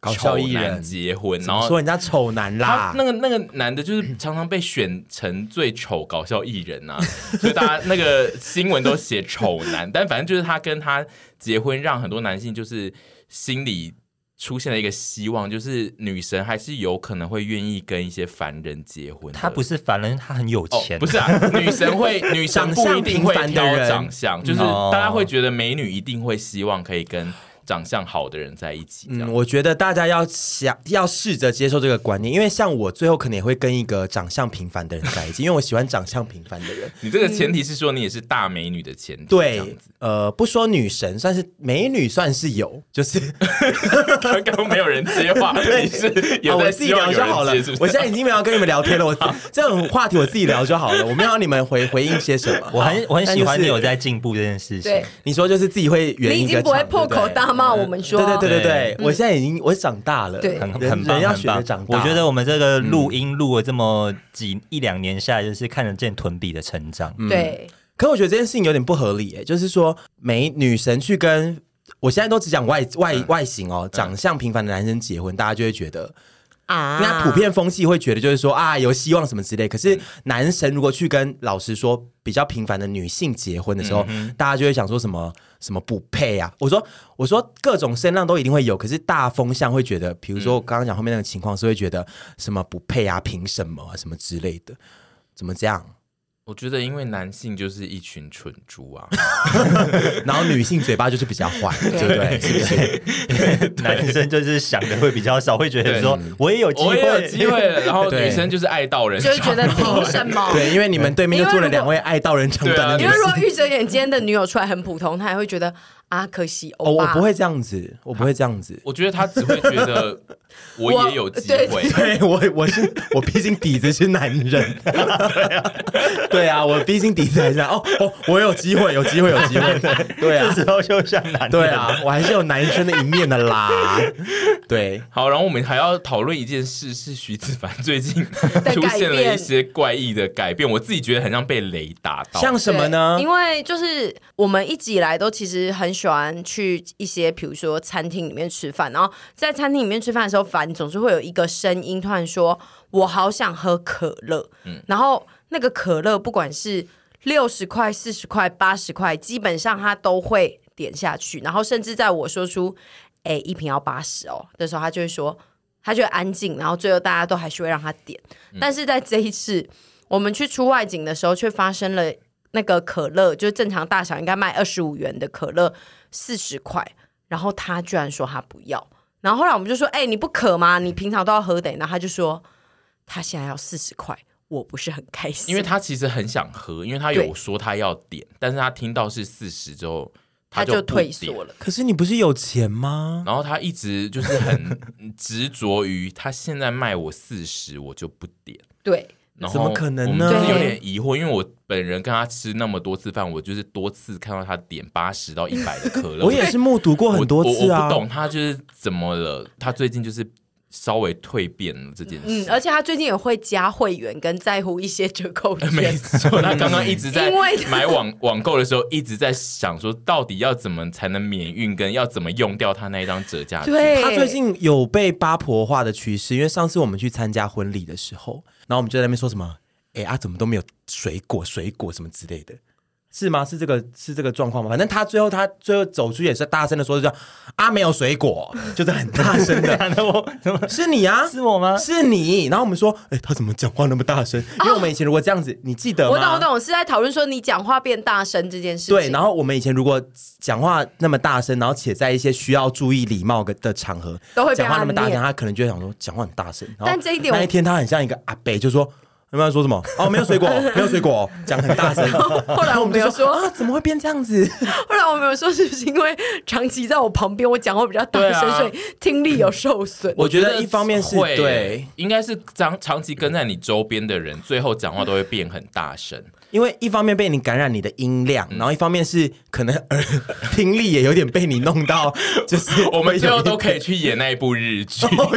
Speaker 2: 搞笑艺人
Speaker 3: 丑男结婚，
Speaker 2: 怎
Speaker 3: 然
Speaker 2: 么
Speaker 3: 后
Speaker 2: 说人家丑男
Speaker 3: 他
Speaker 2: 啦？
Speaker 3: 那个那个男的， 就是常常被选成最丑搞笑艺人啊， 所以大家那个新闻都写丑男，但反正就是他跟他结婚，让很多男性就是心里出现了一个希望，就是女神还是有可能会愿意跟一些凡人结婚的。
Speaker 4: 她不是凡人，她很有
Speaker 3: 哦
Speaker 4: 钱，，
Speaker 3: 不是啊，女神会 女神
Speaker 2: 长
Speaker 3: 不
Speaker 2: 相
Speaker 3: 一定
Speaker 2: 平
Speaker 3: 会
Speaker 2: 凡的
Speaker 3: 挑
Speaker 2: 人哦
Speaker 3: 长相，就是
Speaker 4: 嗯
Speaker 3: 大家会觉得美女一定会希望可以跟。长相好的人在一起，这样。
Speaker 2: 嗯，我觉得大家要想要试着接受这个观念，因为像我最后可能也会跟一个长相平凡的人在一起，因为我喜欢长相平凡的人。
Speaker 3: 你这个前提是说你也是大美女的前提，这样
Speaker 2: 对
Speaker 3: 子，
Speaker 2: 呃，不说女神，算是美女，算是有，就是
Speaker 3: 刚刚没有人接 话，你是
Speaker 2: 啊
Speaker 3: 有
Speaker 2: 我
Speaker 3: 在
Speaker 2: 自己
Speaker 3: 希望
Speaker 2: 聊就好
Speaker 3: 有
Speaker 2: 了
Speaker 3: 人接，触
Speaker 2: 我现在已经没有要跟你们聊天了，我 自这种话题我自己聊就好了，我没有让你们回回应些什么。
Speaker 4: 我很我很喜欢你有
Speaker 2: 但就是
Speaker 4: 在进步这件事情
Speaker 1: 对。，
Speaker 2: 你说就是自己会圆
Speaker 1: 你
Speaker 2: 一
Speaker 1: 已
Speaker 2: 个
Speaker 1: 经不会
Speaker 2: 场
Speaker 1: 破
Speaker 2: 对
Speaker 1: 口
Speaker 2: 对
Speaker 1: 大骂我们说，
Speaker 2: 对对对对对
Speaker 4: 对，
Speaker 2: 我现在已经我长大了，
Speaker 1: 对
Speaker 4: 很
Speaker 2: 人
Speaker 4: 很棒，
Speaker 2: 人要
Speaker 4: 很
Speaker 2: 学着
Speaker 4: 棒
Speaker 2: 长大。
Speaker 4: 我觉得我们这个录音录了这么几一两年下来，就是看得见臀比的成长。
Speaker 2: 嗯
Speaker 1: 对
Speaker 2: 可我觉得这件事情有点不合理、欸，就是说美女神去跟我现在都只讲外外、外形哦，长相平凡的男生结婚，大家就会觉得，
Speaker 1: 啊
Speaker 2: 那普遍风气会觉得就是说啊有希望什么之类。可是男神如果去跟老实说比较平凡的女性结婚的时候，大家就会想说什么什么不配啊？我说我说各种声浪都一定会有，可是大风向会觉得，比如说我刚刚讲后面那个情况是会觉得什么不配啊，凭什么啊，什么之类的，怎么这样？
Speaker 3: 我觉得因为男性就是一群蠢猪 啊，
Speaker 2: 然后女性嘴巴就是比较坏，对不对？是不是？
Speaker 4: 男生就是想的会比较少，会觉得
Speaker 3: 对
Speaker 4: 说我也有机
Speaker 3: 我也有
Speaker 4: 会，
Speaker 3: 机会啊了，然后
Speaker 2: 对
Speaker 3: 女生就是爱 到人
Speaker 1: 就会
Speaker 3: 爽，
Speaker 1: 觉得凭什么？
Speaker 2: 对，因为你们对面就坐了两位爱到人长短的女
Speaker 1: 因为。
Speaker 2: 性
Speaker 1: 哦啊如果玉哲眼今天的女友出来很普通，他也会觉得啊，可惜
Speaker 2: 哦，
Speaker 1: 欧
Speaker 2: 我
Speaker 1: 巴。
Speaker 2: 不会这样子，我不会这样子。
Speaker 3: 我觉得他只会觉 得我也有机
Speaker 1: 对
Speaker 3: 会，
Speaker 2: 对我，我是我，毕竟底子是男人。 对啊，我毕竟底子还是男哦哦，我有机会，有机会，有机会。 对啊，
Speaker 4: 这时候就像男人
Speaker 2: 对， 啊，我还是有男生的一面的啦。对，
Speaker 3: 好，然后我们还要讨论一件事，是徐子凡 最近
Speaker 1: 改
Speaker 3: 出现了
Speaker 1: 变
Speaker 3: 一些怪异的改变，我自己觉得很像被雷打到。
Speaker 2: 像什么呢
Speaker 1: 对？因为就是我们一直以来都其实很喜欢去一些，比如说餐厅里面吃饭，然后在餐厅里面吃饭的时候，反正总是会有一个声音突然说：“我好想喝可乐。”
Speaker 2: 嗯
Speaker 1: 然后那个可乐不管是六十块、四十块、八十块，基本上他都会点下去，然后甚至在我说出“哎、一瓶要八十哦”的时候，他就会说。他就会安静，然后最后大家都还是会让他点，但是在这一次我们去出外景的时候，却发生了那个可乐，就是正常大小应该卖二十五元的可乐，四十块，然后他居然说他不要，然后后来我们就说，哎、你不渴吗？你平常都要喝的，然后他就说他现在要四十块，我不是很开心，
Speaker 3: 因为他其实很想喝，因为他有说他要点，但是他听到是四十之后，
Speaker 1: 他
Speaker 3: 就
Speaker 1: 就
Speaker 3: 不
Speaker 1: 退
Speaker 3: 点
Speaker 1: 缩。了。
Speaker 2: 可是你不是有钱吗？
Speaker 3: 然后他一直就是很 执着于，他现在卖我四十，我就不点。
Speaker 1: 对，
Speaker 3: 然后
Speaker 2: 怎么可能呢
Speaker 3: 我们就是有
Speaker 1: 对
Speaker 3: 点疑惑，因为我本人跟他吃那么多次饭，我就是多次看到他点八十到一百的可乐。
Speaker 2: 我也是目睹过
Speaker 3: 我
Speaker 2: 很多次
Speaker 3: 我我
Speaker 2: 啊
Speaker 3: 不。懂他就是怎么了，他最近就是稍微蜕变了这件
Speaker 1: 嗯
Speaker 3: 事，。
Speaker 1: 而且他最近也会加会员跟在乎一些折扣
Speaker 3: 没
Speaker 1: 券。
Speaker 3: 错，他刚刚一直 在
Speaker 1: 因为
Speaker 3: 买网网购的时候，一直在想说，到底要怎么才能免运，跟要怎么用掉他那一张折价券。
Speaker 1: 对，
Speaker 2: 他最近有被八婆化的趋势，因为上次我们去参加婚礼的时候，然后我们就在那边说什么，哎啊，怎么都没有水果，水果什么之类的，是吗？是这个是这个状况吗？反正他最后他最后走出也是大声的说，就啊没有水果， 就是很大声 的，
Speaker 4: 那我怎么
Speaker 2: 是你啊，
Speaker 4: 是我吗？
Speaker 2: 是你。然后我们说，哎，他怎么讲话那么大声？因为我们以前如果这样子，你记得吗？
Speaker 1: 我懂我懂，是在讨论说你讲话变大声这件事情。
Speaker 2: 对，然后我们以前如果讲话那么大声，然后且在一些需要注意礼貌的的场合，
Speaker 1: 都会被
Speaker 2: 讲话那么大声，
Speaker 1: 暗恋
Speaker 2: 他可能就会想说讲话很大声。然后
Speaker 1: 但这一点我
Speaker 2: 那一天他很像一个阿伯，就说。有没有说什 么？哦，没有水果，没有水果，讲很大声。
Speaker 1: 后来我们
Speaker 2: 就
Speaker 1: 有说
Speaker 2: 啊，怎么会变这样子？
Speaker 1: 后来我们有说，是不是因为长期在我旁边，我讲话比较大
Speaker 3: 对
Speaker 1: 声，
Speaker 3: 啊
Speaker 1: 所以听力有受损？
Speaker 2: 我觉得一方面是
Speaker 3: 会
Speaker 2: 对，
Speaker 3: 应该是长长期跟在你周边的人，最后讲话都会变很 大声。
Speaker 2: 因为一方面被你感染你的音量，
Speaker 1: 嗯
Speaker 2: 然后一方面是可能耳听力也有点被你弄到，就是
Speaker 3: 我们最后都可
Speaker 2: 以。
Speaker 3: 以去演那一部日剧，
Speaker 2: 哦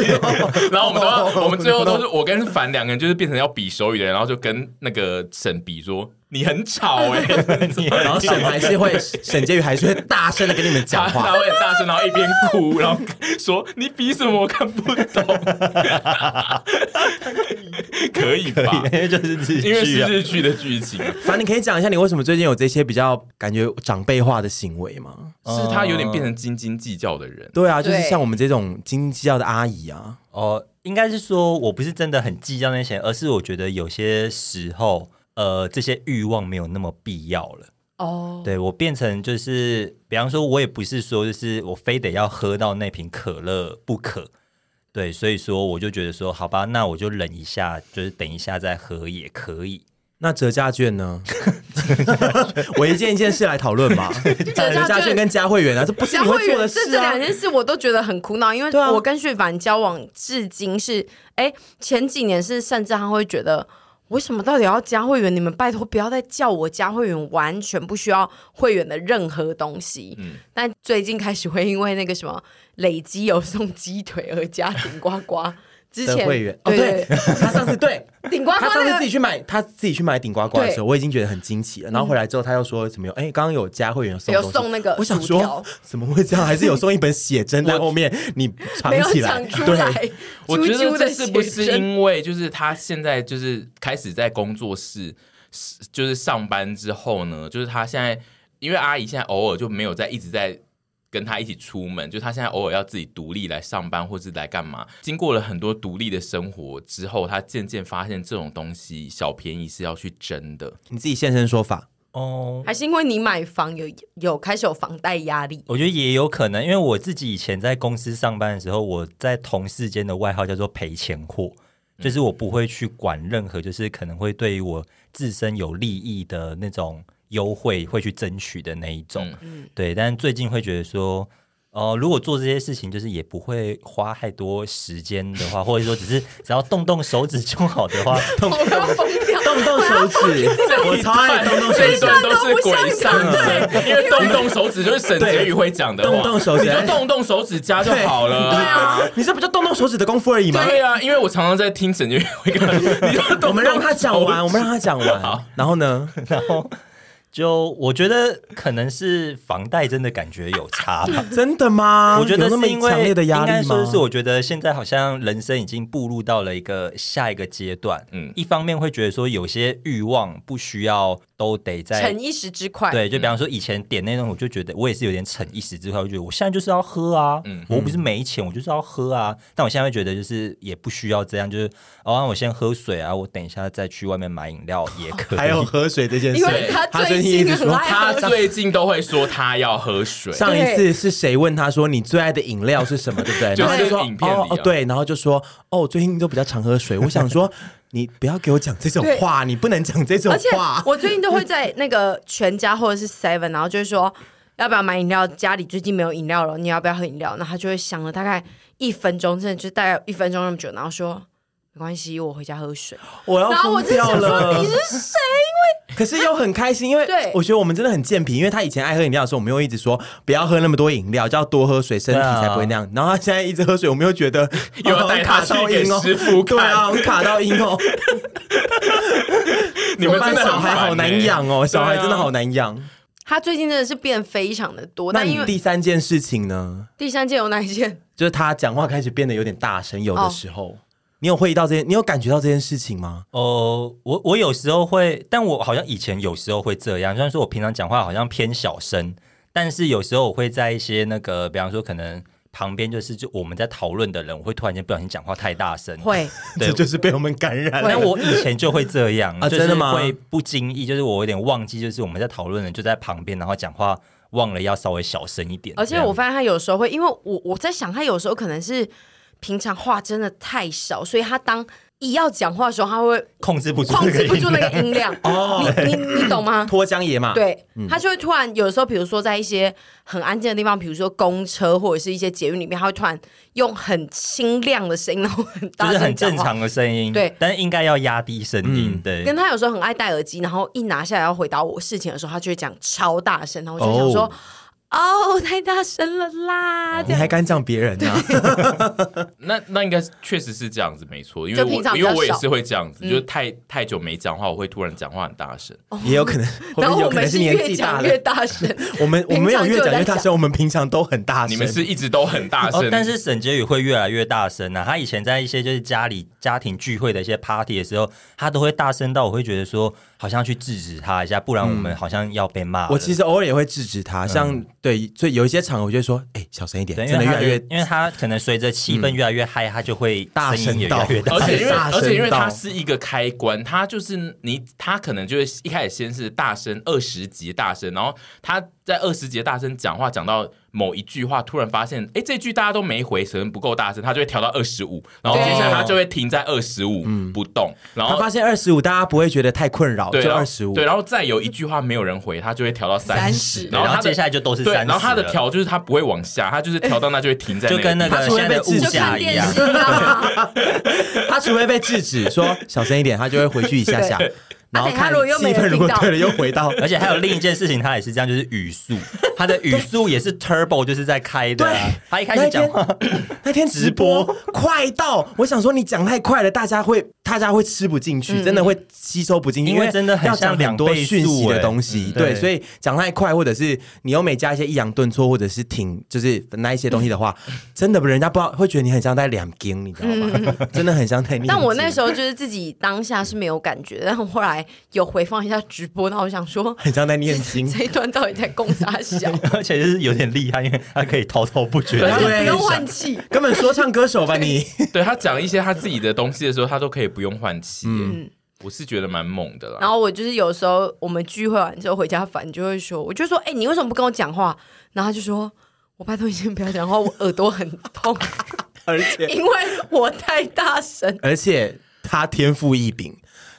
Speaker 3: 然后我们都要，我们最后都是我跟凡两个人就是变成要比手语的人，然后就跟那个沈比说你很吵哎、欸，
Speaker 2: 然后沈还是会，沈婕妤还是会大声的跟你们 讲
Speaker 3: 他
Speaker 2: 话
Speaker 3: 他。会很大声，然后一边哭，然后说你比什么我看不 懂，可以吧？
Speaker 4: 因为 就是日
Speaker 3: 因为是
Speaker 4: 剧啊，
Speaker 3: 日剧的剧情，
Speaker 2: 反正你可以讲一下你为什么最近有这些比较感觉长辈化的行为吗？
Speaker 3: 是他有点变成斤斤计较的人。
Speaker 2: 对啊，就是
Speaker 1: 对
Speaker 2: 像我们这种斤斤计较的阿姨啊，
Speaker 4: 哦，应该是说我不是真的很计较那些钱，而是我觉得有些时候，呃，这些欲望没有那么必要了。
Speaker 1: 哦，
Speaker 4: 对我变成就是，比方说，我也不是说就是我非得要喝到那瓶可乐不可，对，所以说我就觉得说，好吧，那我就忍一下，就是等一下再喝也可以。
Speaker 2: 那折价 券呢？我一件一件事来讨论嘛。
Speaker 1: 券
Speaker 2: 折价券跟加会员啊，这不是
Speaker 1: 佳
Speaker 2: 你会
Speaker 1: 慧
Speaker 2: 做的
Speaker 1: 园
Speaker 2: 事
Speaker 1: 这这
Speaker 2: 啊
Speaker 1: 两。件事我都觉得很苦恼，因为
Speaker 2: 对啊
Speaker 1: 我跟旭凡交往至今是，哎、前几年是甚至他会觉得。为什么到底要加会员？你们拜托不要再叫我加会员，完全不需要会员的任何东西。
Speaker 3: 嗯
Speaker 1: 但最近开始会因为那个什么累积有送鸡腿而加顶呱呱，之前
Speaker 2: 的会员哦，
Speaker 1: 对
Speaker 2: 对，他上次对，
Speaker 1: 对顶呱呱
Speaker 2: 他上次
Speaker 1: 那
Speaker 2: 自
Speaker 1: 个
Speaker 2: 己去买，他自己去买顶呱呱的
Speaker 1: 对
Speaker 2: 时候，我已经觉得很惊奇了。然后回来之后，他又说什么有哎，刚刚有加会员有送
Speaker 1: 有
Speaker 2: 东西
Speaker 1: 送那个
Speaker 2: 我想
Speaker 1: 薯条
Speaker 2: 说怎么会这样？还是有送一本写真在后面，你藏
Speaker 1: 没有
Speaker 2: 起来
Speaker 1: 讲，出来
Speaker 2: 对，，
Speaker 3: 我觉
Speaker 1: 啾
Speaker 3: 得
Speaker 1: 啾的
Speaker 3: 这是不是
Speaker 1: 写真
Speaker 3: 因为就是他现在就是开始在工作室，是就是上班之后呢，就是他现在因为阿姨现在偶尔就没有在一直在。跟他一起出门，就他现在偶尔要自己独立来上班，或是来干嘛。经过了很多独立的生活之后，他渐渐发现这种东西小便宜是要去争的。
Speaker 2: 你自己现身说法。
Speaker 4: 哦，
Speaker 1: 还是因为你买房有有开始有房贷压力？
Speaker 4: 我觉得也有可能，因为我自己以前在公司上班的时候，我在同事间的外号叫做赔钱货。就是我不会去管任何，就是可能会对于我自身有利益的那种优惠，会去争取的那一种。
Speaker 3: 嗯
Speaker 4: 对，但最近会觉得说，哦、如果做这些事情，就是也不会花太多时间的话， 或者说只是只要动动手指就好的话，
Speaker 1: 我要疯掉！
Speaker 2: 动动手指， 我超爱动动手
Speaker 3: 这一
Speaker 2: 指，
Speaker 3: 段都是鬼上身，因为动动手指就是沈婕妤会讲的
Speaker 2: 动
Speaker 3: 话，
Speaker 2: 动手指
Speaker 3: 你就动动手指加就好了。
Speaker 2: 对啊，你这不就动动手指的功夫而已吗？
Speaker 3: 对啊，因为我常常在听沈婕妤会 跟我，你就动动
Speaker 2: 我们让他讲完，我们让他讲
Speaker 3: 好
Speaker 2: 完。然后呢？
Speaker 4: 然后就我觉得可能是房贷真的感觉有差吧。
Speaker 2: 真的吗？
Speaker 4: 我觉得
Speaker 2: 有那么
Speaker 4: 是因为
Speaker 2: 强烈的压
Speaker 4: 应该
Speaker 2: 力吗
Speaker 4: 说？是我觉得现在好像人生已经步入到了一个下一个阶段。
Speaker 3: 嗯
Speaker 4: 嗯，一方面会觉得说有些欲望不需要都得在
Speaker 1: 逞一时之快，
Speaker 4: 对，就比方说以前点那种，我就觉得我也是有点逞一时之快，我就觉得我现在就是要喝啊，
Speaker 3: 嗯
Speaker 4: 我又不是没钱，我就是要喝啊。但我现在会觉得就是也不需要这样，就是哦，那我先喝水啊，我等一下再去外面买饮料也可以。
Speaker 2: 还有喝水这件
Speaker 1: 因
Speaker 2: 事
Speaker 1: 为他，
Speaker 2: 他
Speaker 1: 最
Speaker 2: 近一
Speaker 1: 近
Speaker 2: 直
Speaker 1: 很
Speaker 2: 说
Speaker 1: 爱
Speaker 3: 他
Speaker 1: 喝水，
Speaker 3: 最近都会说他要喝水，
Speaker 2: 上一次 是谁问他说你最爱的饮料是什么，对不对？
Speaker 3: 就是
Speaker 2: 然后他就说
Speaker 3: 影片里啊
Speaker 2: 哦哦对，然后就说哦最近都比较常喝水。我想说你不要给我讲这种话，你不能讲这种
Speaker 1: 而且
Speaker 2: 话。
Speaker 1: 我最近都会在那个全家或者是 Seven，然后就是说要不要买饮料，家里最近没有饮料了，你要不要喝饮料？那他就会想了大概一分钟，真的就大概一分钟那么久，然后说没关系，我回家喝水。
Speaker 2: 我要
Speaker 1: 然后我
Speaker 2: 哦疯
Speaker 1: 就想
Speaker 2: 掉
Speaker 1: 说
Speaker 2: 了
Speaker 1: 你。是谁？
Speaker 2: 可是又很开心，因为
Speaker 1: 对
Speaker 2: 我觉得我们真的很健脾，因为他以前爱喝饮料的时候，我们又一直说不要喝那么多饮料，就要多喝水，身体
Speaker 4: 对啊
Speaker 2: 才不会那样。然后他现在一直喝水，我们又觉得
Speaker 3: 又要带
Speaker 2: 哦
Speaker 3: 他
Speaker 2: 卡到
Speaker 3: 去给
Speaker 2: 音哦
Speaker 3: 师傅看
Speaker 2: 对啊，我卡到音哦。
Speaker 3: 你们真的
Speaker 2: 小
Speaker 3: 很
Speaker 2: 孩
Speaker 3: 烦
Speaker 2: 好难
Speaker 3: 欸
Speaker 2: 养哦，小孩真的好。
Speaker 3: 对啊
Speaker 2: 难养。
Speaker 1: 他最近真的是变非常的多，
Speaker 2: 那
Speaker 1: 但
Speaker 2: 你
Speaker 1: 因为
Speaker 2: 第三件事情呢？
Speaker 1: 第三件有哪一件？
Speaker 2: 就是他讲话开始变得有点大声，有的
Speaker 1: 哦
Speaker 2: 时候，你有会意到这件，你有感觉到这件事情吗？
Speaker 4: 哦，我我有时候会，但我好像以前有时候会这样。虽然说我平常讲话好像偏小声，但是有时候我会在一些那个，比方说可能旁边就是就我们在讨论的人，我会突然间不小心讲话太大声，
Speaker 1: 会，
Speaker 4: 对
Speaker 2: 这 就是被我们感染了。
Speaker 4: 但我以前就会这样
Speaker 2: 啊
Speaker 4: 就是
Speaker 2: 真的吗
Speaker 4: 会不经意，就是我有点忘记，就是我们在讨论的就在旁边，然后讲话忘了要稍微小声一点。
Speaker 1: 而且我
Speaker 4: 这样
Speaker 1: 发现他有时候会，因为我我在想，他有时候可能是平常话真的太少，所以他当一要讲话的时候，他会
Speaker 4: 控制不住
Speaker 1: 控
Speaker 4: 这个
Speaker 1: 制
Speaker 4: 音
Speaker 1: 不住那
Speaker 4: 量
Speaker 1: 个音 量。
Speaker 2: 哦
Speaker 1: 你你你懂吗？
Speaker 2: 脱缰野马，，
Speaker 1: 对，
Speaker 4: 嗯
Speaker 1: 他就会突然有时候，比如说在一些很安静的地方，比如说公车或者是一些捷运里面，他会突然用很清亮的声音，然后很
Speaker 4: 就
Speaker 1: 大
Speaker 4: 是
Speaker 1: 声
Speaker 4: 很
Speaker 1: 讲
Speaker 4: 正
Speaker 1: 话。
Speaker 4: 常的声音，
Speaker 1: 对
Speaker 4: 但应该要压低声音，
Speaker 2: 嗯
Speaker 4: 对，
Speaker 1: 跟他有时候很爱戴耳机，然后一拿下来要回答我事情的时候，他就会讲超大声，然后我就想说，哦太大声了啦，这
Speaker 2: 你
Speaker 1: 样
Speaker 2: 还敢讲别人呢、啊
Speaker 3: 那那应该是确实是这样子，没错，因为
Speaker 1: 就
Speaker 3: 我
Speaker 1: 平常比
Speaker 3: 因
Speaker 1: 较
Speaker 3: 为我也
Speaker 1: 少嗯
Speaker 3: 是会这样子，就是太太久没讲话，我会突然讲话很大声。
Speaker 2: 也有 可能，
Speaker 1: 哦然后
Speaker 2: 有
Speaker 1: 我
Speaker 2: 可能
Speaker 1: 们
Speaker 2: 是年
Speaker 1: 越
Speaker 2: 纪大
Speaker 1: 讲
Speaker 2: 了
Speaker 1: 越。大声，
Speaker 2: 我们我们没有越讲越
Speaker 1: 平常就
Speaker 2: 大
Speaker 1: 有在
Speaker 2: 声，我们平常都很大声。
Speaker 3: 你们是一直都很
Speaker 2: 啊
Speaker 3: 大
Speaker 4: 哦
Speaker 3: 声，，
Speaker 4: 但是沈婕妤会越来越大声啊！她以前在一些就是家里家庭聚会的一些 party 的时候，她都会大声到我会觉得说，好像要去制止他一下，不然我们好像要被骂了。
Speaker 2: 嗯我其实偶尔也会制止
Speaker 3: 嗯
Speaker 2: 他，像对，所以有一些场合我就会说，哎，小声一点，
Speaker 4: 对，
Speaker 2: 真
Speaker 4: 因
Speaker 2: 的越
Speaker 4: 为他
Speaker 2: 来越嗯
Speaker 4: 因为他可能随着气氛越来越嗨，他就会
Speaker 2: 大
Speaker 4: 声音也越
Speaker 2: 声
Speaker 4: 来越
Speaker 2: 道
Speaker 4: 大
Speaker 3: 而且因为
Speaker 2: 大声
Speaker 3: 而且因为它
Speaker 2: 道
Speaker 3: 是一个开关，它就是你，它可能就是一开始先是大声二十级大声，然后他在二十级大声讲话讲到某一句话，突然发现哎这句大家都没回，可能不够大声，他就会调到二十五，然后接下来他就会停在二十五
Speaker 4: 嗯
Speaker 3: 不动，然
Speaker 2: 他
Speaker 3: 后
Speaker 2: 发现二十五，大家不会觉得太困扰，
Speaker 3: 对
Speaker 2: 就
Speaker 3: 然后
Speaker 2: 二十五
Speaker 3: 对，。然后哦再有一句话没有人回，他就会调到三
Speaker 5: 30
Speaker 4: 然
Speaker 3: 然后他
Speaker 4: 后
Speaker 3: 的
Speaker 4: 接下来就都是
Speaker 3: 对，
Speaker 4: 三十，
Speaker 3: 然后他的调就是他不会往下，他就是调到那就会停在
Speaker 4: 就跟那
Speaker 3: 个
Speaker 4: 个现在的物
Speaker 1: 就
Speaker 4: 价
Speaker 1: 看
Speaker 4: 一
Speaker 1: 电
Speaker 4: 样。
Speaker 1: 视啊。
Speaker 2: 他除非被制止说小声一点，他就会回去一 下下，然后
Speaker 1: 啊等一下
Speaker 2: 看
Speaker 1: 如果又没
Speaker 2: 气
Speaker 1: 人
Speaker 2: 氛如果
Speaker 1: 听到
Speaker 2: 对了又回到。
Speaker 4: 而且还有另一件事情，他也是这样，就是语速，他的语速也是 turbo，就是在开的啊、
Speaker 2: 对
Speaker 4: 他一开始讲话，
Speaker 2: 那天直播快到，我想说你讲太快了，大家会大家会吃不进去，真的会吸收不进去，
Speaker 4: 嗯因
Speaker 2: 因
Speaker 4: 为真的很
Speaker 2: 要讲
Speaker 4: 像
Speaker 2: 很多
Speaker 4: 两倍速
Speaker 2: 讯息的
Speaker 4: 欸
Speaker 2: 东西，
Speaker 4: 嗯
Speaker 2: 对，
Speaker 4: 对
Speaker 2: 所以讲太快，或者是你又没加一些抑扬顿挫，或者是挺就是那一些东西的话，真的人家不知道会觉得你很像在两斤，你知道
Speaker 4: 嗯
Speaker 2: 吗？ 真的很像在念经。
Speaker 1: 但我那时候就是自己当下是没有感觉的，但我后来有回放一下直播，那我想说
Speaker 2: 很像在念经，
Speaker 1: 这一段到底在攻啥小，
Speaker 4: 而且就是有点厉害，因为他可以滔滔不绝。
Speaker 1: 而且不用
Speaker 2: 对
Speaker 1: 换气。
Speaker 2: 根本说唱歌手吧 你。
Speaker 3: 对他讲一些他自己的东西的时候，他都可以不用换气耶。我是觉得蛮猛的
Speaker 1: 嗯然
Speaker 3: 啦。
Speaker 1: 后我就是有时候我们聚会完之后回家，反正就会说，我就说，哎、你为什么不跟我讲话？然后他就说，我拜托你先不要讲话，我耳朵很痛，
Speaker 2: 而且
Speaker 1: 因为我太大声。
Speaker 2: 而且他天赋异禀，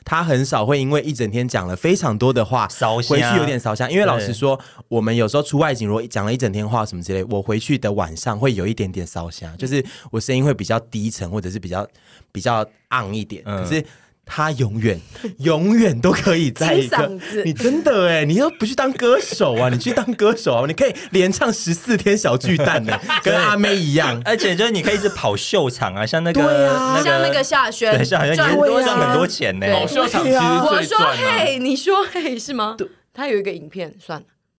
Speaker 2: 他很少会因为一整天讲了非常多的话，
Speaker 4: 烧香
Speaker 2: 回去有点烧香。因为
Speaker 4: 对
Speaker 2: 老实说，我们有时候出外景，如果讲了一整天话什么之类，我回去的晚上会有一点点烧香，就是我声音会比较低沉，或者是比较比较昂一点。
Speaker 4: 嗯
Speaker 2: 可是。他永远永远都可以在
Speaker 1: 清
Speaker 2: 一个
Speaker 1: 嗓子，
Speaker 2: 你真的哎，你又不去当歌手啊，你去当歌手啊，你可以连唱十四天小巨蛋 呢，跟阿妹一样。
Speaker 4: 而且就是你可以一直跑秀场啊，像那个、
Speaker 2: 对啊
Speaker 4: 那个，
Speaker 1: 像那个夏轩
Speaker 4: 对，像好像
Speaker 1: 赚
Speaker 4: 也
Speaker 1: 很多
Speaker 4: 赚很多
Speaker 1: 钱啊
Speaker 4: 钱呢、
Speaker 1: 对
Speaker 3: 哦老秀场其实
Speaker 1: 哎我
Speaker 3: 最
Speaker 1: 说
Speaker 3: 赚啊，
Speaker 1: 嘿，你说嘿是吗？他有一个影片，算了，